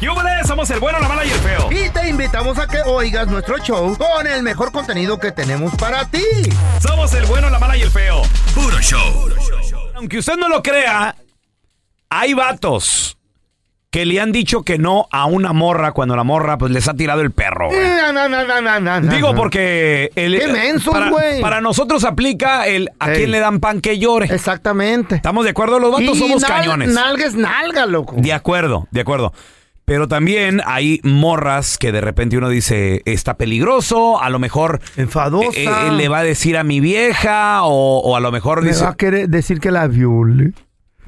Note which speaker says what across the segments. Speaker 1: ¡Yúbales! Somos el bueno, la mala y el feo.
Speaker 2: Y te invitamos a que oigas nuestro show con el mejor contenido que tenemos para ti.
Speaker 1: Somos el bueno, la mala y el feo.
Speaker 3: Puro show.
Speaker 1: Aunque usted no lo crea, hay vatos que le han dicho que no a una morra cuando la morra pues les ha tirado el perro. güey.
Speaker 2: Na, na, na, na, na, na, na.
Speaker 1: Digo porque el-
Speaker 2: Eh. Qué mensos,
Speaker 1: para,
Speaker 2: güey.
Speaker 1: para nosotros aplica el a
Speaker 2: Ey.
Speaker 1: quién le dan pan que llore.
Speaker 2: Exactamente.
Speaker 1: ¿Estamos de acuerdo? Los vatos
Speaker 2: Y
Speaker 1: somos
Speaker 2: nal-
Speaker 1: cañones.
Speaker 2: Nalga es nalga, loco.
Speaker 1: De acuerdo, de acuerdo. Pero también hay morras que de repente uno dice, está peligroso, a lo mejor
Speaker 2: Enfadosa.
Speaker 1: eh, eh, le va a decir a mi vieja o, o a lo mejor
Speaker 2: Me
Speaker 1: dice,
Speaker 2: va a querer decir que la viole.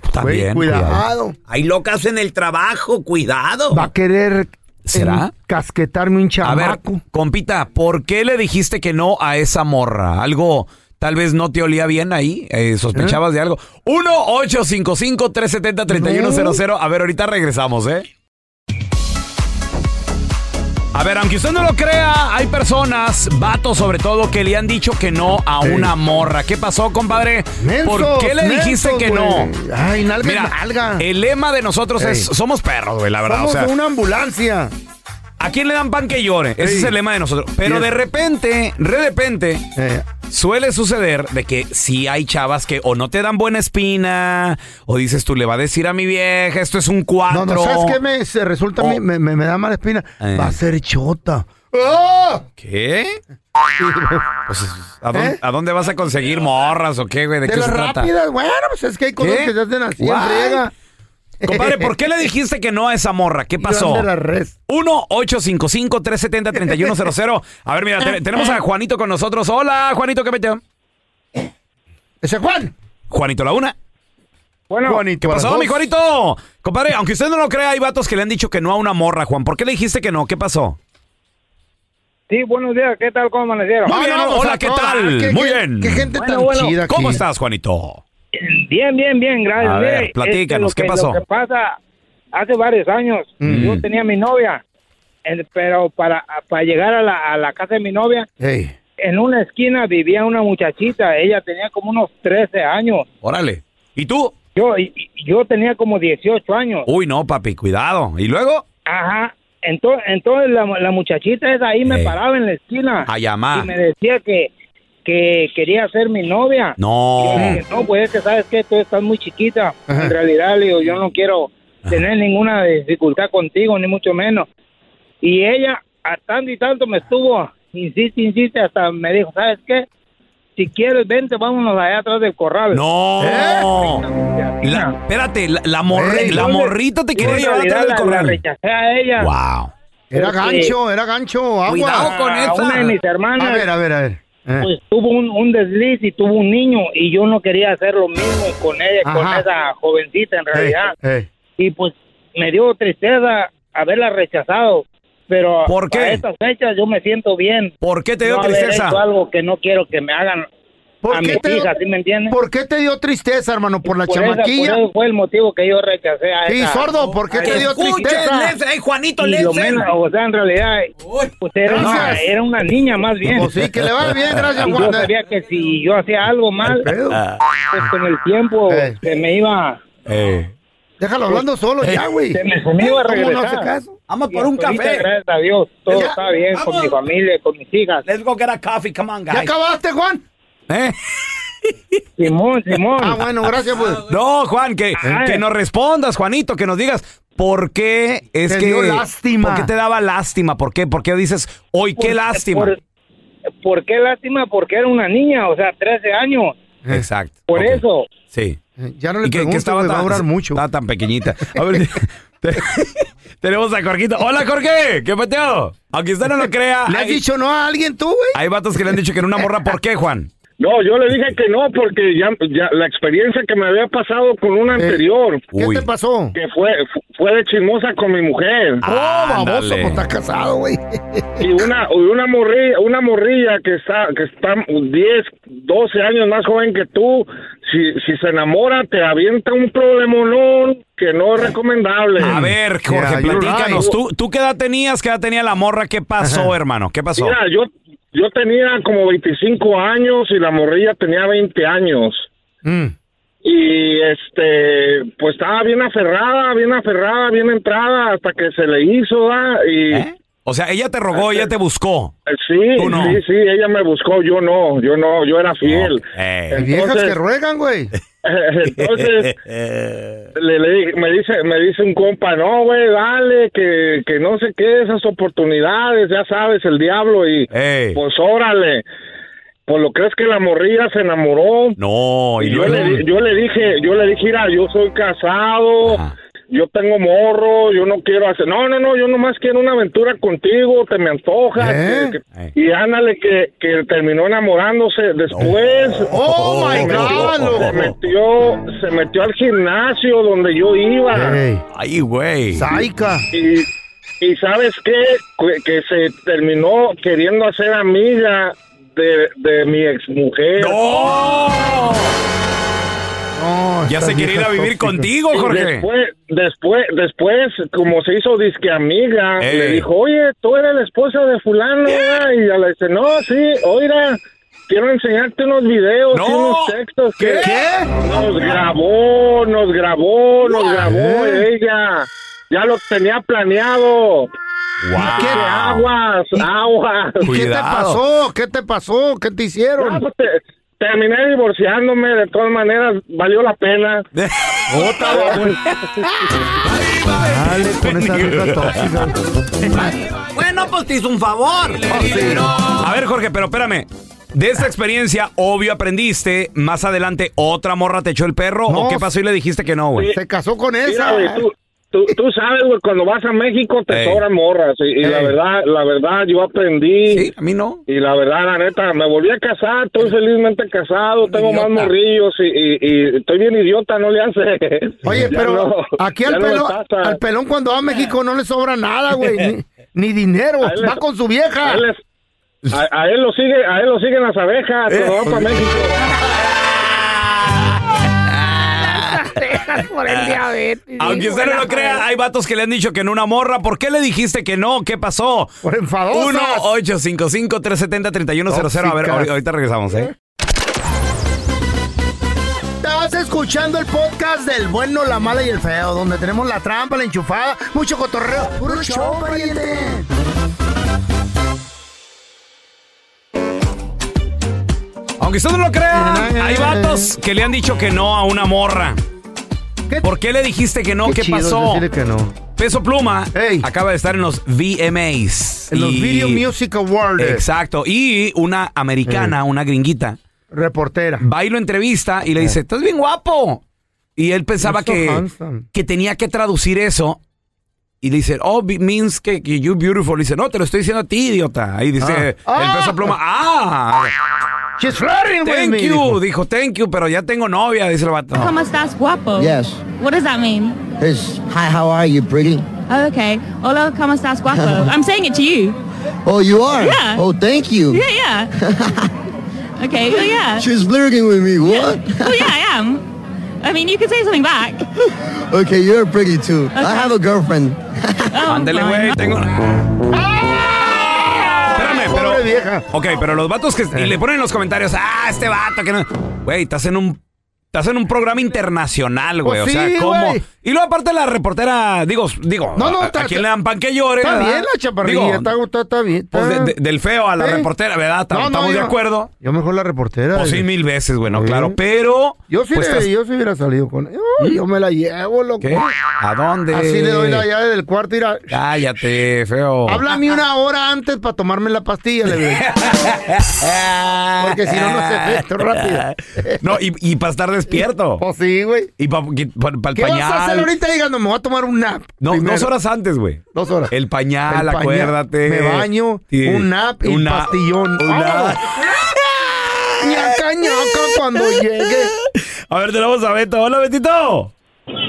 Speaker 2: Güey,
Speaker 1: también,
Speaker 2: cuidado.
Speaker 1: Hay locas en el trabajo, cuidado.
Speaker 2: Va a querer
Speaker 1: ¿Será?
Speaker 2: em, casquetarme un
Speaker 1: A ver,
Speaker 2: chamaco.
Speaker 1: compita, ¿por qué le dijiste que no a esa morra? Algo tal vez no te olía bien ahí, eh, sospechabas de algo. 1-855-370-3100. A ver, ahorita regresamos, ¿eh? A ver, aunque usted no lo crea, hay personas, vatos sobre todo, que le han dicho que no a
Speaker 2: Sí.
Speaker 1: una morra. ¿Qué pasó, compadre? ¿Por
Speaker 2: Mensos,
Speaker 1: qué le dijiste
Speaker 2: mensos,
Speaker 1: que
Speaker 2: güey.
Speaker 1: no?
Speaker 2: Ay, nalga es
Speaker 1: Mira,
Speaker 2: nalga.
Speaker 1: el lema de nosotros es
Speaker 2: Ey.
Speaker 1: somos perros, güey, la verdad.
Speaker 2: Somos
Speaker 1: o sea,
Speaker 2: una ambulancia.
Speaker 1: ¿A quién le dan pan que llore? Ese
Speaker 2: Sí.
Speaker 1: es el lema de nosotros. Pero
Speaker 2: Yes.
Speaker 1: de repente, de repente,
Speaker 2: Eh,
Speaker 1: suele suceder de que si hay chavas que o no te dan buena espina, o dices tú le va a decir a mi vieja, esto es un cuatro.
Speaker 2: no, no, ¿sabes qué me se resulta? a mí?
Speaker 1: Oh.
Speaker 2: Me, me- me da mala espina.
Speaker 1: Eh.
Speaker 2: Va a ser chota. ¡Ah!
Speaker 1: ¿Qué? Pues, ¿a, dónde,
Speaker 2: ¿Eh?
Speaker 1: a dónde vas a conseguir morras o qué, güey? ¿De,
Speaker 2: De
Speaker 1: qué
Speaker 2: las
Speaker 1: se trata?
Speaker 2: rápidas, bueno, pues es que hay cosas
Speaker 1: ¿Qué?
Speaker 2: que se hacen así en
Speaker 1: Guay.
Speaker 2: friega.
Speaker 1: Compadre, ¿por qué le dijiste que no a esa morra? ¿Qué
Speaker 2: Yo
Speaker 1: pasó?
Speaker 2: ando en la res.
Speaker 1: 1-855-370-3100. A ver, mira, te- tenemos a Juanito con nosotros. Hola, Juanito, ¿qué peteo?
Speaker 2: Ese Juan.
Speaker 1: Juanito, la una.
Speaker 4: Bueno,
Speaker 2: Juanito,
Speaker 1: ¿Qué pasó,
Speaker 2: las
Speaker 1: mi
Speaker 2: dos.
Speaker 1: Juanito? Compadre, aunque usted no lo crea, hay vatos que le han dicho que no a una morra, Juan. ¿Por qué le dijiste que no? ¿Qué pasó?
Speaker 4: sí, buenos días. ¿Qué tal? ¿Cómo amanecieron?
Speaker 1: Muy bien,
Speaker 2: o
Speaker 1: Ah, hola,
Speaker 2: sea,
Speaker 1: ¿qué
Speaker 2: no,
Speaker 1: tal?
Speaker 2: qué-
Speaker 1: Muy
Speaker 2: qué-
Speaker 1: bien.
Speaker 2: Qué gente
Speaker 4: Bueno,
Speaker 2: tan
Speaker 4: bueno.
Speaker 2: chida aquí.
Speaker 1: ¿Cómo estás, Juanito?
Speaker 4: Bien, bien, bien, gracias.
Speaker 1: A ver,
Speaker 4: Mire,
Speaker 1: platícanos,
Speaker 4: este,
Speaker 1: ¿qué
Speaker 4: lo que-
Speaker 1: pasó?
Speaker 4: Lo que pasa, hace varios años
Speaker 2: Mm.
Speaker 4: yo tenía mi novia, en- pero para, para llegar a la, a la casa de mi novia,
Speaker 2: Ey,
Speaker 4: en una esquina vivía una muchachita. Ella tenía como unos 13 años.
Speaker 1: Órale. ¿Y tú?
Speaker 4: Yo, y- y yo tenía como 18 años.
Speaker 1: Uy, no, papi, cuidado. ¿Y luego?
Speaker 4: Ajá. Entonces, entonces la, la muchachita esa ahí me
Speaker 1: Ey.
Speaker 4: paraba en la esquina
Speaker 1: Eh. A llamar.
Speaker 4: y me decía que, que quería ser mi novia.
Speaker 1: No.
Speaker 4: Y yo le dije, no, pues es que sabes que tú estás muy chiquita.
Speaker 2: Ajá.
Speaker 4: En realidad, le digo, yo no quiero tener ninguna dificultad contigo, ni mucho menos. Y ella, a tanto y tanto, me estuvo, insiste, insiste, hasta me dijo, ¿sabes qué? Si quieres, vente, vámonos allá atrás del corral.
Speaker 1: No.
Speaker 4: ¿Eh?
Speaker 1: La-
Speaker 4: La,
Speaker 1: espérate, la, la morri-
Speaker 2: Ey,
Speaker 1: la morrita te quería llevar atrás del
Speaker 4: La
Speaker 1: corral.
Speaker 4: rechacé a ella.
Speaker 1: Wow.
Speaker 2: era
Speaker 4: Porque
Speaker 2: gancho, era gancho, agua.
Speaker 1: Cuidado con
Speaker 4: a
Speaker 1: esa.
Speaker 4: Una de mis hermanas.
Speaker 2: A ver, a ver, a ver. Eh.
Speaker 4: pues tuvo un, un desliz y tuvo un niño y yo no quería hacer lo mismo con ella, con
Speaker 2: Ajá.
Speaker 4: esa jovencita en
Speaker 2: Ey,
Speaker 4: realidad.
Speaker 2: ey.
Speaker 4: Y pues me dio tristeza haberla rechazado, pero
Speaker 1: ¿Por qué?
Speaker 4: a estas fechas yo me siento bien.
Speaker 1: ¿Por qué te dio
Speaker 4: no haber
Speaker 1: tristeza?
Speaker 4: hecho algo que no quiero que me hagan
Speaker 2: ¿Por
Speaker 4: a
Speaker 2: qué
Speaker 4: mis
Speaker 2: te-
Speaker 4: hijas, ¿sí me entiendes?
Speaker 2: ¿Por qué te dio tristeza, hermano? ¿Por la
Speaker 4: Por esa-
Speaker 2: chamaquilla?
Speaker 4: por eso fue el motivo que yo rechacé a
Speaker 2: Sí,
Speaker 4: esa-
Speaker 2: sordo, ¿por qué
Speaker 4: a
Speaker 2: te
Speaker 4: esa-
Speaker 2: dio tristeza?
Speaker 1: Juanito,
Speaker 4: y lo menos, o sea, en realidad, pues era, una,
Speaker 2: Gracias.
Speaker 4: era una niña más bien.
Speaker 2: Pues sí, que le va bien, gracias,
Speaker 4: Y yo
Speaker 2: Juan.
Speaker 4: sabía que si yo hacía algo mal,
Speaker 2: Pedo.
Speaker 1: Ah,
Speaker 4: pues con el tiempo
Speaker 2: Eh.
Speaker 4: se me iba
Speaker 1: eh.
Speaker 2: Déjalo hablando solo ya, güey.
Speaker 1: Este,
Speaker 4: se me, se me iba a
Speaker 2: ¿Cómo no
Speaker 4: regresar.
Speaker 2: hace caso?
Speaker 1: Vamos
Speaker 4: Y hasta ahorita, Gracias a Dios, todo
Speaker 2: Ya,
Speaker 4: está bien con
Speaker 1: vamos.
Speaker 4: mi familia, con mis hijas.
Speaker 1: Let's go get a coffee, come on,
Speaker 2: ¿Ya acabaste, Juan?
Speaker 1: ¿Eh?
Speaker 4: Simón, Simón.
Speaker 2: Ah, bueno, gracias, pues.
Speaker 1: No, Juan, que,
Speaker 2: Ah.
Speaker 4: Ay.
Speaker 1: que nos respondas, Juanito, que nos digas por qué es
Speaker 2: Te
Speaker 1: que.
Speaker 2: dio lástima.
Speaker 1: ¿Por qué te daba lástima? ¿Por qué? ¿Por qué dices, hoy qué
Speaker 4: Por-
Speaker 1: lástima?
Speaker 4: Por, ¿por qué lástima? Porque era una niña, o sea, 13 años.
Speaker 1: Exacto.
Speaker 4: Por
Speaker 1: ok.
Speaker 4: eso.
Speaker 1: Sí.
Speaker 2: Eh, Ya no le pregunto, güey, va a durar mucho.
Speaker 1: estaba tan pequeñita. A ver, te- tenemos a Jorgito. Hola, Jorge, ¿qué pateo? Aunque usted no lo crea,
Speaker 2: ¿Le has
Speaker 1: hay,
Speaker 2: dicho no a alguien tú, güey?
Speaker 1: hay vatos que le han dicho que en una morra, ¿por qué, Juan?
Speaker 5: No, yo le dije que no porque ya, ya la experiencia que me había pasado con una anterior,
Speaker 2: ¿Qué
Speaker 1: Uy.
Speaker 2: te pasó?
Speaker 5: que fue fue de chismosa con mi mujer
Speaker 2: Oh, baboso,
Speaker 1: Ándale.
Speaker 2: pues estás casado, güey.
Speaker 5: y una y una morrilla, una morrilla que está que está 10, 12 años más joven que tú, si si se enamora te avienta un problemonón que no es recomendable.
Speaker 1: A ver, Jorge,
Speaker 2: Yeah, you're
Speaker 1: platícanos.
Speaker 2: right.
Speaker 1: ¿Tú, ¿Tú qué edad tenías? ¿Qué edad tenía la morra? ¿Qué pasó, hermano? ¿Qué pasó?
Speaker 5: Mira, yo yo tenía como 25 años y la morrilla tenía 20 años.
Speaker 2: Mm.
Speaker 5: Y este, pues estaba bien aferrada, bien aferrada, bien entrada hasta que se le hizo, ¿va? Y
Speaker 1: ¿Eh? O sea, ella te rogó, ella te buscó.
Speaker 5: eh, sí,
Speaker 1: Tú no.
Speaker 5: sí, sí, ella me buscó, yo no, yo no, yo era fiel.
Speaker 1: Eh,
Speaker 2: Hay viejas
Speaker 5: Entonces-
Speaker 2: que ruegan, güey.
Speaker 5: Entonces,
Speaker 1: eh,
Speaker 5: le, le dije- me dice me dice un compa, no, güey, dale, que, que no sé qué, esas oportunidades, ya sabes, el diablo, y
Speaker 1: eh.
Speaker 5: pues órale. Pues lo crees que la morrilla se enamoró.
Speaker 1: No, y
Speaker 5: Y yo,
Speaker 1: luego-
Speaker 5: le, di- yo le dije, yo le dije, mira, yo soy casado,
Speaker 1: Ajá.
Speaker 5: yo tengo morro, yo no quiero hacer, no, no, no, yo nomás quiero una aventura contigo, te me antojas.
Speaker 2: ¿Eh?
Speaker 5: que- que-
Speaker 1: Eh.
Speaker 5: y ándale que, que terminó enamorándose después.
Speaker 2: Oh,
Speaker 1: Oh,
Speaker 2: my
Speaker 5: se,
Speaker 2: God,
Speaker 5: metió, se
Speaker 2: loco.
Speaker 5: metió, se metió al gimnasio donde yo iba.
Speaker 2: Ey,
Speaker 1: Ay, güey.
Speaker 2: saica.
Speaker 5: Y, y sabes qué, que, que se terminó queriendo hacer amiga de, de mi exmujer.
Speaker 1: ¡No!
Speaker 2: No,
Speaker 1: Ya
Speaker 2: estas
Speaker 1: se quiere ir a
Speaker 2: viejas
Speaker 1: vivir
Speaker 2: tóxicas.
Speaker 1: contigo,
Speaker 5: Y
Speaker 1: Jorge.
Speaker 5: Después, después, después, como se hizo disque amiga,
Speaker 2: Eh.
Speaker 1: Ey.
Speaker 5: le dijo, oye, tú eres la esposa de fulano, ¿verdad?" y ella le dice, no, sí, oiga, quiero enseñarte unos videos,
Speaker 1: No.
Speaker 5: y unos textos que
Speaker 2: ¿Qué?
Speaker 5: nos grabó, nos grabó, nos grabó
Speaker 2: ¿Eh?
Speaker 5: ella. Ya lo tenía planeado.
Speaker 1: Guau.
Speaker 5: Que aguas, aguas.
Speaker 2: ¿Y ¿Qué te
Speaker 1: Cuidado.
Speaker 2: pasó? ¿Qué te pasó? ¿Qué te
Speaker 5: No,
Speaker 2: hicieron?
Speaker 5: pues, te- terminé divorciándome, de todas maneras, valió la pena.
Speaker 2: Otra vez.
Speaker 5: pues.
Speaker 2: Dale con esas viejas tóxicas.
Speaker 1: Bueno, pues te hizo un favor. A ver, Jorge, pero espérame. De esta experiencia, obvio, aprendiste. Más adelante, otra morra te echó el perro.
Speaker 2: No.
Speaker 1: ¿O qué pasó y le dijiste que no, güey?
Speaker 2: Se casó con
Speaker 5: Mira,
Speaker 2: esa.
Speaker 5: güey, tú, tú, tú sabes, güey, cuando vas a México te
Speaker 1: Ey.
Speaker 5: sobran morras. Y, y la
Speaker 2: Ey.
Speaker 5: verdad, la verdad, yo aprendí.
Speaker 1: Sí, a mí no.
Speaker 5: Y la verdad, la neta, me volví a casar, estoy felizmente casado, tengo más morrillos y, y- y estoy bien idiota, no le hace.
Speaker 2: Oye,
Speaker 5: Ya
Speaker 2: pero
Speaker 5: no-
Speaker 2: aquí
Speaker 5: ya
Speaker 2: al,
Speaker 5: no me
Speaker 2: pelón,
Speaker 5: pasa.
Speaker 2: al pelón cuando va a México no le sobra nada, güey. Ni, ni dinero.
Speaker 5: A él le-
Speaker 2: Va con su
Speaker 5: A
Speaker 2: vieja.
Speaker 5: él, es- a- a él lo sigue, a él lo siguen las abejas,
Speaker 2: Eh.
Speaker 5: se lo van para México.
Speaker 1: Aunque usted no lo crea, hay vatos que le han dicho que no una morra. ¿Por qué le dijiste que no? ¿Qué pasó?
Speaker 2: Por enfadosas.
Speaker 1: 1-855-370-3100. A ver, ahor- ahorita regresamos, ¿eh?
Speaker 2: Estás escuchando el podcast del bueno, la mala y el feo, donde tenemos la trampa, la enchufada, mucho cotorreo. ¡Puro show, pariente!
Speaker 1: Aunque usted no lo crea, hay vatos que le han dicho que no a una morra.
Speaker 2: ¿Qué?
Speaker 1: ¿Por qué le dijiste que no? ¿Qué,
Speaker 2: chido es
Speaker 1: pasó?
Speaker 2: decirle que no.
Speaker 1: Peso Pluma
Speaker 2: Ey.
Speaker 1: acaba de estar en los VMAs.
Speaker 2: En los
Speaker 1: Y-
Speaker 2: Video Music Awards.
Speaker 1: Exacto. Y una americana, una gringuita,
Speaker 2: Reportera.
Speaker 1: va y lo entrevista y le dice, estás bien guapo. Y él pensaba
Speaker 2: You're so
Speaker 1: que,
Speaker 2: handsome.
Speaker 1: que tenía que traducir eso. Y le dice, oh, be- means que, que you beautiful. Le dice, no, te lo estoy diciendo a ti, idiota. Ahí dice
Speaker 2: Ah.
Speaker 1: el peso pluma, ah,
Speaker 2: She's flirting with
Speaker 1: thank
Speaker 2: me.
Speaker 1: you. Dijo, thank you, pero ya tengo novia, dice el vato.
Speaker 6: ¿Cómo estás, guapo?
Speaker 7: Yes.
Speaker 6: What does that mean?
Speaker 7: It's, hi, how are you, pretty?
Speaker 6: Oh, okay. Hola, ¿cómo estás, guapo? I'm saying it to you.
Speaker 7: Oh, you are?
Speaker 6: Yeah.
Speaker 7: Oh, thank you.
Speaker 6: Yeah, yeah. okay, oh, yeah.
Speaker 7: She's flirting with me. What?
Speaker 6: Oh, yeah, I am. I mean, you can say something back.
Speaker 7: Okay, you're pretty too. I have a girlfriend.
Speaker 6: Oh,
Speaker 1: Ándale, güey,
Speaker 6: fine.
Speaker 1: tengo... Espérame, pero...
Speaker 2: Pobre vieja.
Speaker 1: Ok, pero los vatos que y
Speaker 2: Eh.
Speaker 1: le ponen en los comentarios, ah, este vato que no. Güey, estás en un. Estás en un programa internacional, güey.
Speaker 2: Pues
Speaker 1: o sea,
Speaker 2: sí,
Speaker 1: ¿cómo?
Speaker 2: güey.
Speaker 1: Y luego aparte la reportera, digo, digo,
Speaker 2: No, no,
Speaker 1: a,
Speaker 2: está-
Speaker 1: a quien le dan pan que llore.
Speaker 2: Está
Speaker 1: ¿verdad?
Speaker 2: bien la chaparrilla,
Speaker 1: Digo,
Speaker 2: está, está, está bien. está-
Speaker 1: pues, de- de- del feo a la
Speaker 2: Sí.
Speaker 1: reportera, ¿verdad?
Speaker 2: No, no,
Speaker 1: Estamos de
Speaker 2: yo-
Speaker 1: acuerdo.
Speaker 2: Yo mejor la reportera.
Speaker 1: Pues sí, mil veces, güey, no,
Speaker 2: Sí.
Speaker 1: claro. Pero.
Speaker 2: Yo sí,
Speaker 1: pues,
Speaker 2: le-
Speaker 1: estás-
Speaker 2: yo sí hubiera salido con ella. Yo me la llevo, loco.
Speaker 1: ¿Qué? ¿A dónde?
Speaker 2: Así le doy la llave del cuarto y la...
Speaker 1: Cállate, feo.
Speaker 2: Háblame una hora antes para tomarme la pastilla, le digo. Porque si no, no se ve esto rápido.
Speaker 1: No, y, y para estar despierto.
Speaker 2: Pues sí, güey.
Speaker 1: Y para el
Speaker 2: ¿Qué
Speaker 1: pañal.
Speaker 2: vas a hacer ahorita? Digas, no, me voy a tomar un nap.
Speaker 1: No,
Speaker 2: primero.
Speaker 1: dos horas antes, güey.
Speaker 2: Dos horas.
Speaker 1: El pañal,
Speaker 2: El pañal,
Speaker 1: acuérdate.
Speaker 2: me baño, un nap y
Speaker 1: un nap,
Speaker 2: pastillón.
Speaker 1: un
Speaker 2: Vámonos.
Speaker 1: nap.
Speaker 2: Ñaca, ñaca, cuando llegue.
Speaker 1: A ver, tenemos a Beto. Hola, Betito.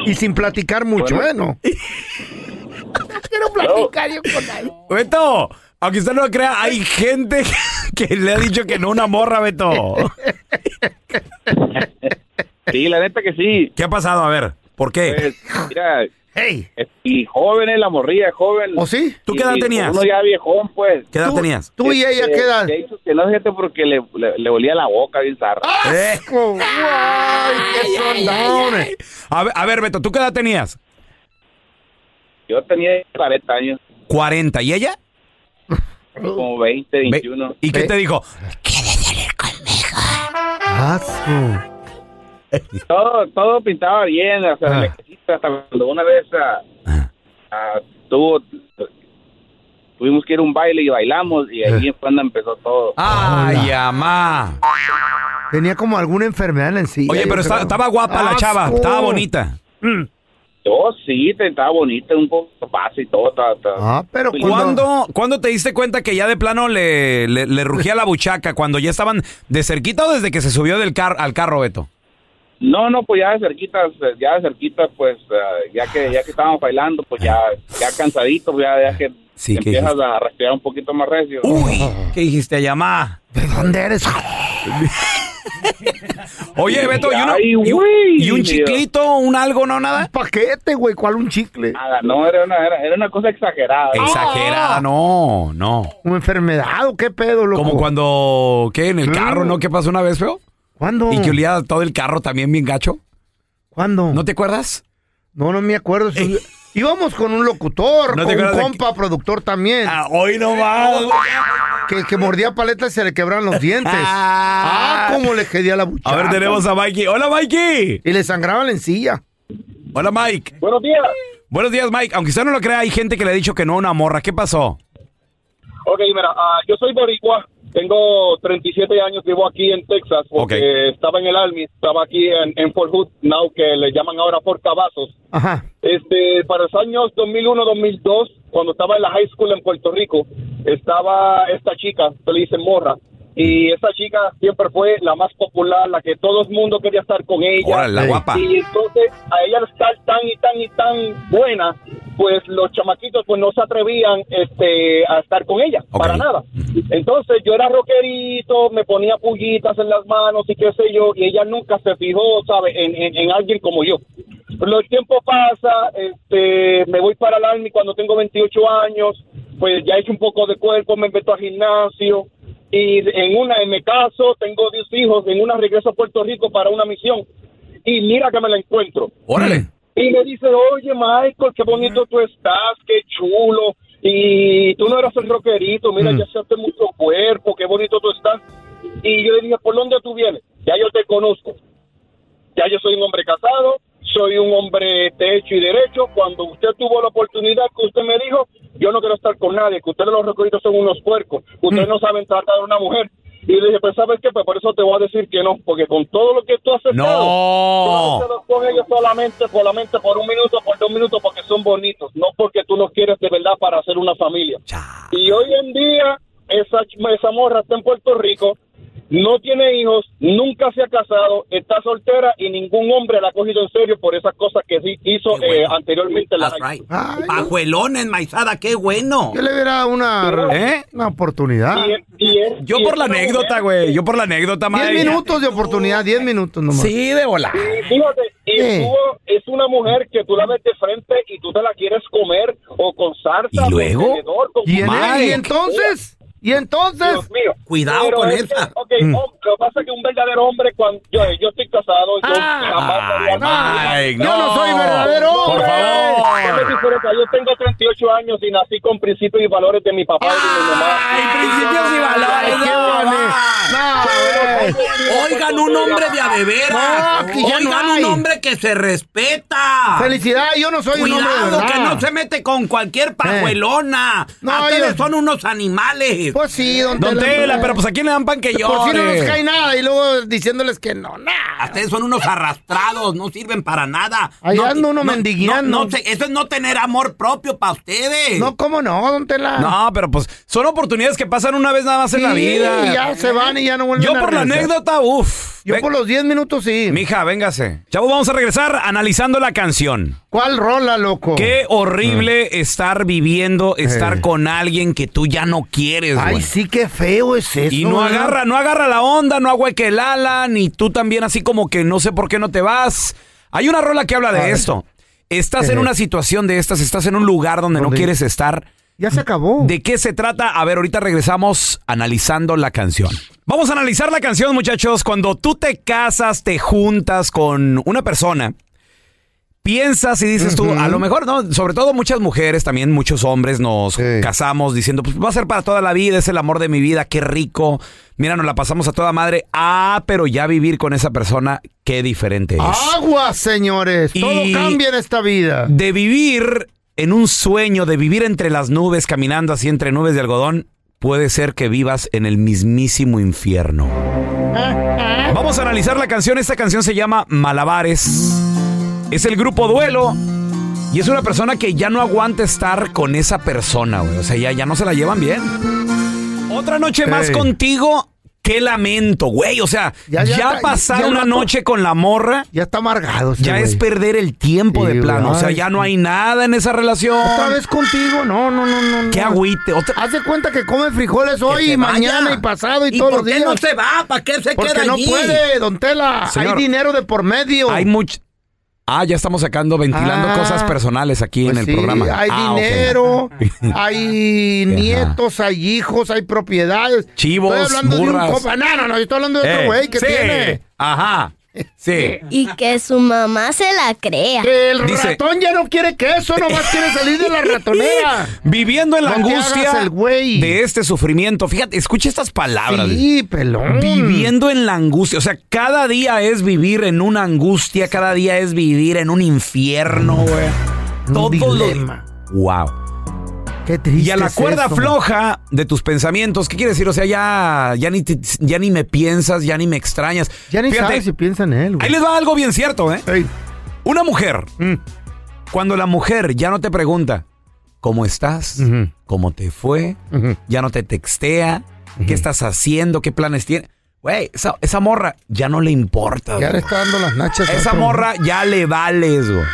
Speaker 2: Y sin platicar mucho, ¿eh? bueno. Quiero platicar yo con nadie.
Speaker 1: Beto, aunque usted no lo crea, hay gente que, que le ha dicho que no una morra, Beto.
Speaker 8: Sí, la neta que sí.
Speaker 1: ¿Qué ha pasado? A ver, ¿por qué?
Speaker 8: Pues, mira,
Speaker 2: Hey.
Speaker 9: Y joven es la morrilla, joven.
Speaker 2: ¿O sí?
Speaker 1: ¿Tú qué edad
Speaker 9: Y- y
Speaker 1: tenías?
Speaker 9: Uno ya viejón, pues.
Speaker 1: ¿Qué edad
Speaker 2: Tú-
Speaker 1: tenías?
Speaker 2: Tú y ella
Speaker 9: Este,
Speaker 2: quedan.
Speaker 9: de hecho, que no gente porque le, le, le olía la boca bien zarra.
Speaker 1: Eh,
Speaker 2: ¡Ay, qué sondones!
Speaker 1: A ver, a ver, Beto, ¿tú qué edad tenías?
Speaker 9: Yo tenía 40 años,
Speaker 1: 40. ¿Y ella?
Speaker 9: como 20,
Speaker 1: Ve-
Speaker 9: 21.
Speaker 1: ¿Y qué
Speaker 2: Ve-
Speaker 1: te dijo?
Speaker 2: Asco.
Speaker 9: Todo, todo pintaba bien, hasta,
Speaker 2: Ah.
Speaker 9: la electricista, hasta cuando una vez ah, ah, tuvo, tuvimos que ir a un baile y bailamos y ahí fue cuando empezó todo.
Speaker 1: ¡Ay, amá!
Speaker 2: Tenía como alguna enfermedad en la encía.
Speaker 1: Oye,
Speaker 2: yo
Speaker 1: pero
Speaker 2: creo.
Speaker 1: esta- estaba guapa la chava,
Speaker 2: Asco.
Speaker 1: estaba bonita.
Speaker 9: Yo sí, te- estaba bonita, un poco fácil y todo. ta- ta-
Speaker 2: Ah, pero
Speaker 9: Pues,
Speaker 2: cuando...
Speaker 1: ¿Cuándo, ¿Cuándo te diste cuenta que ya de plano le, le, le rugía la buchaca? ¿Cuando ya estaban de cerquita o desde que se subió del car al carro, Beto?
Speaker 9: No, no, pues ya de cerquitas, eh, ya de cerquitas, pues ah, ya que ya que estábamos bailando, pues ya, ya cansadito, pues, ya, ya que
Speaker 1: Sí, ¿qué
Speaker 9: empiezas a respirar un poquito más recio.
Speaker 1: ¡Uy! ¿Qué dijiste, llamá?
Speaker 2: ¿De dónde eres?
Speaker 1: Oye, Beto, ¿y, uno-
Speaker 9: Ay,
Speaker 1: y un-
Speaker 9: güey,
Speaker 1: y un
Speaker 9: Dios.
Speaker 1: chiclito, un algo, no nada?
Speaker 2: Un paquete, güey. ¿Cuál un chicle?
Speaker 9: Nada, no, era una, era, era una cosa exagerada.
Speaker 1: Ah. Exagerada, no, no.
Speaker 2: ¿Una enfermedad o qué pedo, loco?
Speaker 1: Como cuando, ¿qué? En el carro, ¿no? ¿Qué pasó una vez, feo?
Speaker 2: ¿Cuándo?
Speaker 1: Y que olía todo el carro también bien gacho.
Speaker 2: ¿Cuándo?
Speaker 1: ¿No te acuerdas?
Speaker 2: No, no me acuerdo.
Speaker 1: Ey.
Speaker 2: Íbamos con un locutor,
Speaker 1: ¿No te
Speaker 2: con un
Speaker 1: acuerdas de Ah.
Speaker 2: compa productor también,
Speaker 1: hoy no va.
Speaker 2: que, que mordía paletas y se le quebraban los dientes.
Speaker 1: Ah.
Speaker 2: ah, cómo le quedía la buchaca.
Speaker 1: A ver, tenemos a Mikey. Hola, Mikey.
Speaker 2: Y le sangraba la encilla.
Speaker 1: Hola, Mike.
Speaker 9: Buenos días.
Speaker 1: Buenos días, Mike. Aunque usted no lo crea, hay gente que le ha dicho que no a una morra. ¿Qué pasó?
Speaker 9: Ok, mira, ah, yo soy boricua, tengo 37 años, vivo aquí en Texas porque
Speaker 1: Ok.
Speaker 9: estaba en el Army, estaba aquí en, en Fort Hood, now que le llaman ahora Fort Cavazos.
Speaker 2: Ajá.
Speaker 9: Este, para los años 2001-2002, cuando estaba en la high school en Puerto Rico, estaba esta chica, se le dice morra, y esa chica siempre fue la más popular, la que todo el mundo quería estar con ella.
Speaker 1: Órale, la
Speaker 2: Ey.
Speaker 1: guapa.
Speaker 9: Y entonces, a ella al estar tan y tan y tan buena, pues los chamaquitos pues no se atrevían este, a estar con ella,
Speaker 1: Ok.
Speaker 9: para nada. Entonces, yo era rockerito, me ponía pullitas en las manos y qué sé yo, y ella nunca se fijó, ¿sabe?, en, en- en alguien como yo. Los tiempos pasa, este, me voy para el Army cuando tengo 28 años, pues ya hice un poco de cuerpo, me meto a gimnasio, y en una, en mi caso, tengo 10 hijos, en una regreso a Puerto Rico para una misión y mira que me la encuentro.
Speaker 1: Órale.
Speaker 9: Y me dice, oye Michael, qué bonito tú estás, qué chulo. Y tú no eras el rockerito, mira, ya haces mucho cuerpo, qué bonito tú estás. Y yo le dije, ¿por dónde tú vienes? Ya yo te conozco. Ya yo soy un hombre casado, soy un hombre de hecho y derecho. Cuando usted tuvo la oportunidad que usted me dijo, yo no quiero estar con nadie, que ustedes los recorridos son unos puercos, que ustedes no saben tratar a una mujer. Y le dije, pues sabes qué, pues por eso te voy a decir que no, porque con todo lo que tú has aceptado,
Speaker 1: No.
Speaker 9: tú has estado con ellos solamente, solamente por un minuto, por dos minutos, porque son bonitos, no porque tú los quieres de verdad para hacer una familia.
Speaker 1: Cha.
Speaker 9: Y hoy en día, esa, ch- esa morra está en Puerto Rico, no tiene hijos, nunca se ha casado, está soltera y ningún hombre la ha cogido en serio por esas cosas que sí hizo
Speaker 1: Qué bueno.
Speaker 9: eh, anteriormente. en La high school.
Speaker 2: Ay,
Speaker 1: Pajuelones, maizada, qué bueno.
Speaker 2: Yo le hubiera una,
Speaker 1: ¿Eh?
Speaker 2: una oportunidad.
Speaker 9: Y es- y es-
Speaker 1: Ah, Yo
Speaker 9: y
Speaker 1: por
Speaker 9: es
Speaker 1: la
Speaker 9: una
Speaker 1: anécdota,
Speaker 9: mujer-
Speaker 1: güey. Yo por la anécdota, madre.
Speaker 2: Diez minutos de oportunidad, diez minutos nomás.
Speaker 1: Sí, de volar.
Speaker 9: Fíjate, y
Speaker 1: Eh.
Speaker 2: Sí.
Speaker 9: tú- es una mujer que tú la ves de frente y tú te la quieres comer o con salsa,
Speaker 1: ¿Y luego?
Speaker 9: con tenedor, con
Speaker 2: ¿Y, en-
Speaker 1: Mike.
Speaker 2: y entonces? ¿Y entonces?
Speaker 9: Dios mío.
Speaker 1: Cuidado
Speaker 9: Pero
Speaker 1: con
Speaker 9: es
Speaker 1: esa.
Speaker 9: que, ok, hom- lo que pasa es que un verdadero hombre, cuando yo, yo estoy casado, yo
Speaker 1: Ay, Mike,
Speaker 2: Yo no soy verdadero
Speaker 1: Por
Speaker 2: hombre.
Speaker 1: favor.
Speaker 9: Es diferente. Yo tengo 38 años y nací con principios y valores de mi papá y de mi mamá.
Speaker 1: Ay, principios y valores.
Speaker 2: Ay, qué
Speaker 1: no,
Speaker 2: vale.
Speaker 1: va.
Speaker 2: No, güey.
Speaker 1: Oigan un hombre de
Speaker 2: No,
Speaker 1: adeveras.
Speaker 2: aquí ya no
Speaker 1: Oigan
Speaker 2: hay.
Speaker 1: un hombre que se respeta.
Speaker 2: Felicidad, yo no soy un hombre de
Speaker 1: Cuidado
Speaker 2: verdad.
Speaker 1: que no se mete con cualquier pajuelona.
Speaker 2: No,
Speaker 1: Ustedes
Speaker 2: yo-
Speaker 1: son unos animales.
Speaker 2: Pues sí, don,
Speaker 1: Don Tela, pero pues aquí le dan pan que yo.
Speaker 2: Por si no nos cae nada y luego diciéndoles que no,
Speaker 1: Ah,
Speaker 2: nada.
Speaker 1: Ustedes son unos arrastrados, no sirven para nada.
Speaker 2: Ahí
Speaker 1: No,
Speaker 2: anda
Speaker 1: no,
Speaker 2: uno mendigueando.
Speaker 1: no, no sé, eso es no tener amor propio para ustedes.
Speaker 2: No, ¿cómo no, don Tela?
Speaker 1: No, pero pues son oportunidades que pasan una vez nada más en la
Speaker 2: Sí,
Speaker 1: vida.
Speaker 2: ya se van y ya no vuelven
Speaker 1: Yo
Speaker 2: a
Speaker 1: por la
Speaker 2: regresar.
Speaker 1: anécdota, uff.
Speaker 2: Yo por los 10 minutos sí.
Speaker 1: Mija, véngase. Chavo, vamos a regresar analizando la canción.
Speaker 2: ¿Cuál rola, loco?
Speaker 1: Qué
Speaker 2: Mm.
Speaker 1: horrible estar viviendo, estar con alguien que tú ya no quieres,
Speaker 2: Eh. Ay,
Speaker 1: güey.
Speaker 2: sí, qué feo es eso.
Speaker 1: Y no
Speaker 2: ¿verdad?
Speaker 1: agarra, no agarra la onda, no agueque el ala, ni tú también así como que no sé por qué no te vas. Hay una rola que habla de esto. estás en una situación de estas, estás en un lugar donde no quieres estar.
Speaker 2: Ya se acabó.
Speaker 1: ¿De qué se trata? A ver, ahorita regresamos analizando la canción. Vamos a analizar la canción, muchachos. Cuando tú te casas, te juntas con una persona, piensas y dices tú, a lo mejor, ¿no? Sobre todo muchas mujeres, también muchos hombres nos casamos diciendo, pues va a ser para toda la vida, es el amor de mi vida, qué rico. Mira, nos la pasamos a toda madre. Ah, pero ya vivir con esa persona, qué diferente es.
Speaker 2: Agua, señores. Todo
Speaker 1: Y-
Speaker 2: cambia en esta vida.
Speaker 1: De vivir en un sueño, de vivir entre las nubes, caminando así entre nubes de algodón, puede ser que vivas en el mismísimo infierno. Vamos a analizar la canción. Esta canción se llama Malabares. Es el grupo Duelo. Y es una persona que ya no aguanta estar con esa persona, güey. O sea, ya, ya no se la llevan bien. Otra noche más
Speaker 2: Ey.
Speaker 1: contigo. Qué lamento, güey. O sea, ya,
Speaker 2: Ya- ya está-
Speaker 1: pasar
Speaker 2: ya el
Speaker 1: una
Speaker 2: vato-
Speaker 1: noche con la morra
Speaker 2: Ya está amargado. este
Speaker 1: ya
Speaker 2: güey.
Speaker 1: es perder el tiempo de
Speaker 2: Sí,
Speaker 1: plano. O sea,
Speaker 2: ay,
Speaker 1: ya no
Speaker 2: sí.
Speaker 1: hay nada en esa relación.
Speaker 2: Otra vez contigo. No, no, no, no. no.
Speaker 1: Qué agüite. Otra...
Speaker 2: Haz de cuenta que come frijoles hoy
Speaker 1: se
Speaker 2: y mañana
Speaker 1: vaya.
Speaker 2: y pasado y, todos los días.
Speaker 1: va? ¿Para qué se
Speaker 2: Porque no puede, don Tela.
Speaker 1: Señor,
Speaker 2: hay dinero de por medio.
Speaker 1: Hay mucho. Ah, ya estamos sacando, ventilando
Speaker 2: Ah,
Speaker 1: cosas personales aquí
Speaker 2: Pues
Speaker 1: en el
Speaker 2: sí,
Speaker 1: programa.
Speaker 2: Hay
Speaker 1: Ah, ok.
Speaker 2: dinero, hay nietos, hay hijos, hay propiedades.
Speaker 1: Chivos,
Speaker 2: Estoy hablando de
Speaker 1: burras.
Speaker 2: un compa. No, no, no, yo estoy hablando de otro
Speaker 1: Eh,
Speaker 2: güey que
Speaker 1: sí.
Speaker 2: tiene.
Speaker 1: Ajá. Sí.
Speaker 8: Y que su mamá se la crea.
Speaker 2: Que el
Speaker 1: Dice-
Speaker 2: ratón ya no quiere queso, nomás quiere salir de la ratonera.
Speaker 1: Viviendo en la
Speaker 2: No te hagas
Speaker 1: angustia
Speaker 2: el güey.
Speaker 1: de este sufrimiento. Fíjate, escucha estas palabras.
Speaker 2: Sí, pelón.
Speaker 1: Viviendo en la angustia. O sea, cada día es vivir en una angustia, cada día es vivir en un infierno, güey. Todo
Speaker 2: dilema.
Speaker 1: lo. Wow.
Speaker 2: Qué triste.
Speaker 1: Y a la
Speaker 2: es
Speaker 1: cuerda
Speaker 2: eso.
Speaker 1: floja de tus pensamientos, ¿qué quiere decir? O sea, ya, ya, ni, te- ya ni me piensas, ya ni me extrañas.
Speaker 2: Ya ni
Speaker 1: Fíjate,
Speaker 2: sabes si Mm. piensa en él,
Speaker 1: Ahí
Speaker 2: güey.
Speaker 1: les va algo bien cierto, ¿eh?
Speaker 2: Ey,
Speaker 1: Una mujer, cuando la mujer ya no te pregunta cómo estás,
Speaker 2: Ujú.
Speaker 1: cómo te fue,
Speaker 2: Ujú.
Speaker 1: ya no te textea, qué estás haciendo, qué planes tiene. Güey, esa, esa morra ya no le importa.
Speaker 2: Ya le
Speaker 1: güey.
Speaker 2: está dando las nachas. a
Speaker 1: Esa
Speaker 2: otro.
Speaker 1: morra ya le vales, güey.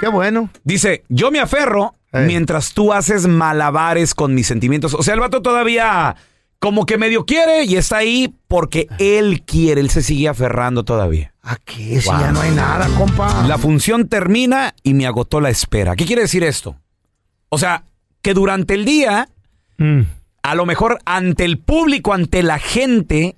Speaker 2: Qué bueno.
Speaker 1: Dice, yo me aferro
Speaker 2: Ey.
Speaker 1: mientras tú haces malabares con mis sentimientos. O sea, el vato todavía como que medio quiere y está ahí porque él quiere, él se sigue aferrando todavía.
Speaker 2: Aquí, si ya no hay nada, compa.
Speaker 1: La función termina y me agotó la espera. ¿Qué quiere decir esto? O sea, que durante el día,
Speaker 2: Mm.
Speaker 1: a lo mejor ante el público, ante la gente,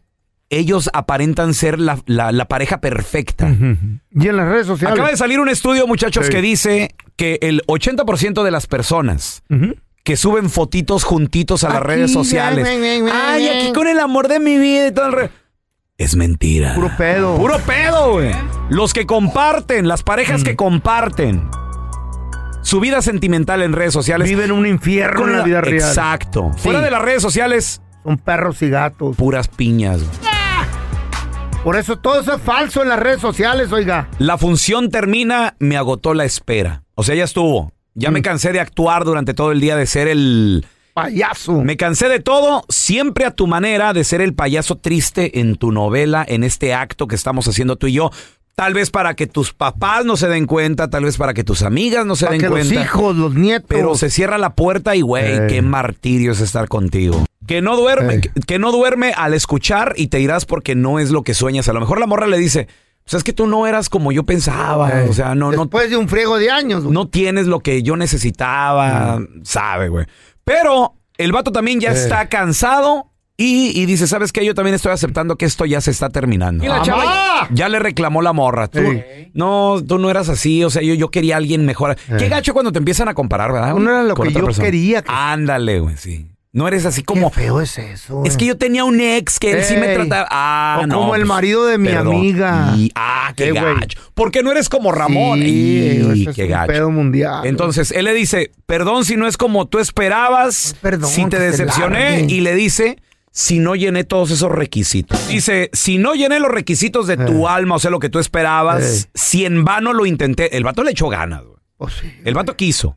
Speaker 1: ellos aparentan ser la, la- la pareja perfecta.
Speaker 2: Y en las redes sociales.
Speaker 1: mm. Acaba de salir un estudio, muchachos,
Speaker 2: Sí.
Speaker 1: que dice que el 80% de las personas
Speaker 2: Ujú.
Speaker 1: que suben fotitos juntitos a las
Speaker 2: Aquí,
Speaker 1: redes sociales.
Speaker 2: ven, ven, ven,
Speaker 1: Ay,
Speaker 2: ven.
Speaker 1: aquí con el amor de mi vida y todo el re... Es mentira.
Speaker 2: Puro pedo.
Speaker 1: Puro pedo, güey. Los que comparten, las parejas
Speaker 2: Mm.
Speaker 1: que comparten su vida sentimental en redes sociales.
Speaker 2: Viven un infierno
Speaker 1: con
Speaker 2: en la
Speaker 1: la-
Speaker 2: vida real.
Speaker 1: Exacto. Fuera de las redes sociales,
Speaker 2: Son perros y gatos.
Speaker 1: puras piñas. güey.
Speaker 2: Por eso todo eso es falso en las redes sociales, oiga.
Speaker 1: La función termina, me agotó la espera. O sea, ya estuvo. Ya
Speaker 2: Mm.
Speaker 1: me cansé de actuar durante todo el día, de ser el...
Speaker 2: Payaso.
Speaker 1: Me cansé de todo, siempre a tu manera de ser el payaso triste en tu novela, en este acto que estamos haciendo tú y yo. Tal vez para que tus papás no se den cuenta, tal vez para que tus amigas no se
Speaker 2: Para
Speaker 1: den
Speaker 2: que los
Speaker 1: cuenta.
Speaker 2: hijos, los nietos.
Speaker 1: Pero se cierra la puerta y, güey,
Speaker 2: Ey.
Speaker 1: qué martirio es estar contigo. Que no duerme,
Speaker 2: Ey.
Speaker 1: que, que no duerme al escuchar y te irás porque no es lo que sueñas. A lo mejor la morra le dice, pues es que tú no eras como yo pensaba.
Speaker 2: Ey.
Speaker 1: O sea, no, no,
Speaker 2: Después de un friego de años, güey.
Speaker 1: no tienes lo que yo necesitaba,
Speaker 2: Mm.
Speaker 1: sabe, güey. Pero el vato también ya
Speaker 2: Eh.
Speaker 1: está cansado y, y dice, ¿sabes qué? Yo también estoy aceptando que esto ya se está terminando.
Speaker 2: ¡Mamá!
Speaker 1: Ya le reclamó la morra. Tú,
Speaker 2: Sí.
Speaker 1: No, tú no eras así. O sea, yo, yo quería a alguien mejor. Qué gacho cuando te empiezan a comparar, ¿verdad?
Speaker 2: Tú no eras lo
Speaker 1: Con
Speaker 2: que
Speaker 1: otra
Speaker 2: yo quería que-
Speaker 1: Ándale, güey, sí. No eres así como...
Speaker 2: Qué feo es eso.
Speaker 1: Es que yo tenía un ex que él sí me
Speaker 2: Ey.
Speaker 1: trataba. Ah,
Speaker 2: O
Speaker 1: no,
Speaker 2: como el marido de mi amiga.
Speaker 1: Y- ah, qué,
Speaker 2: Eh, güey.
Speaker 1: gacho. ¿Por qué no eres como Ramón?
Speaker 2: Sí,
Speaker 1: Y-
Speaker 2: ese es
Speaker 1: qué
Speaker 2: un
Speaker 1: gacho.
Speaker 2: pedo mundial.
Speaker 1: Entonces, él le dice, perdón si no es como tú esperabas,
Speaker 2: Ay, perdón,
Speaker 1: si te
Speaker 2: que se
Speaker 1: decepcioné,
Speaker 2: largue.
Speaker 1: y le dice, si no llené todos esos requisitos. Dice, si no llené los requisitos de tu alma, o sea, lo que tú esperabas,
Speaker 2: Eh.
Speaker 1: si en vano lo intenté, el vato le echó ganas, güey.
Speaker 2: Pues sí.
Speaker 1: el vato quiso.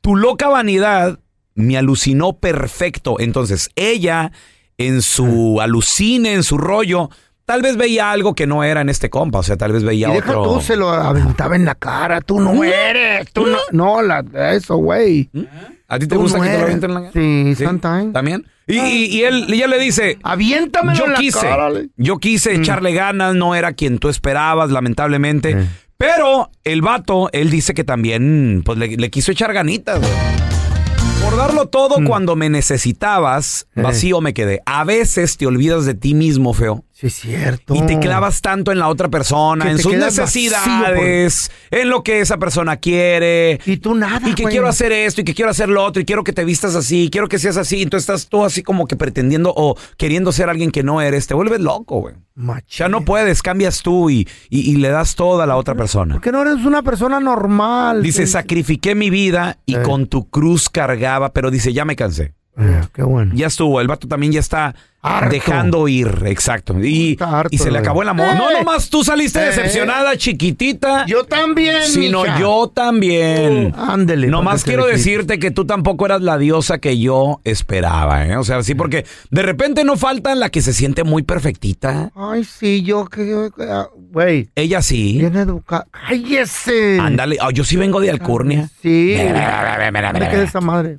Speaker 1: Tu loca vanidad me alucinó perfecto. Entonces, ella, en
Speaker 2: Eh.
Speaker 1: su alucine, en su rollo, tal vez veía algo que no era en este compa, o sea, tal vez veía
Speaker 2: Y deja
Speaker 1: otro... ¿Mm?
Speaker 2: tú, se lo aventaba en la cara. Tú no eres. Tú no. No, la, eso, güey.
Speaker 1: ¿A ti te
Speaker 2: Tú
Speaker 1: gusta
Speaker 2: no
Speaker 1: que te lo
Speaker 2: eres.
Speaker 1: avienten en la
Speaker 2: Sí, sometimes.
Speaker 1: ¿También? Y, y- y él ya le dice,
Speaker 2: Aviéntamelo
Speaker 1: yo
Speaker 2: en la
Speaker 1: quise,
Speaker 2: cara. Mm. le-
Speaker 1: yo quise echarle ganas, no era quien tú esperabas, lamentablemente, Pero el vato, él dice que también pues, le, le quiso echar ganitas. güey. Por darlo
Speaker 2: Mm.
Speaker 1: todo cuando me necesitabas, vacío me quedé. A veces te olvidas de ti mismo, feo.
Speaker 2: Sí, es cierto.
Speaker 1: Y te clavas tanto en la otra persona,
Speaker 2: Que
Speaker 1: en
Speaker 2: te
Speaker 1: sus
Speaker 2: quedas vacío,
Speaker 1: necesidades, en lo que esa persona quiere.
Speaker 2: Y tú nada,
Speaker 1: Y que
Speaker 2: güey.
Speaker 1: quiero hacer esto, y que quiero hacer lo otro, y quiero que te vistas así, quiero que seas así. Y tú estás tú así como que pretendiendo o queriendo ser alguien que no eres. Te vuelves loco, güey.
Speaker 2: Machín.
Speaker 1: Ya no puedes, cambias tú y, y- y le das todo a la otra persona.
Speaker 2: ¿Por qué no eres una persona normal?
Speaker 1: Dice, sacrifiqué mi vida y
Speaker 2: Eh.
Speaker 1: con tu cruz cargaba, pero dice, ya me cansé.
Speaker 2: Eh, qué bueno.
Speaker 1: Ya estuvo, el vato también ya está
Speaker 2: Harto.
Speaker 1: dejando ir, exacto. Y,
Speaker 2: Está harto,
Speaker 1: y se le
Speaker 2: güey.
Speaker 1: acabó el amor. No,
Speaker 2: Eh.
Speaker 1: nomás tú saliste
Speaker 2: Eh.
Speaker 1: decepcionada, chiquitita,
Speaker 2: Yo también,
Speaker 1: sino
Speaker 2: mija.
Speaker 1: yo también.
Speaker 2: Ándele.
Speaker 1: Nomás
Speaker 2: para que
Speaker 1: quiero
Speaker 2: te le quite.
Speaker 1: decirte que tú tampoco eras la diosa que yo esperaba, ¿eh? O sea, sí, porque de repente no falta la que se siente muy perfectita.
Speaker 2: Ay, sí, yo que... ah, Güey,
Speaker 1: Ella sí.
Speaker 2: bien educado. ¡Cállese!
Speaker 1: Ándale, Ah, yo sí vengo de Alcurnia.
Speaker 2: Sí.
Speaker 1: Mira, mira, mira,
Speaker 2: ¿Dónde
Speaker 1: mira,
Speaker 2: queda
Speaker 1: mira.
Speaker 2: esa madre?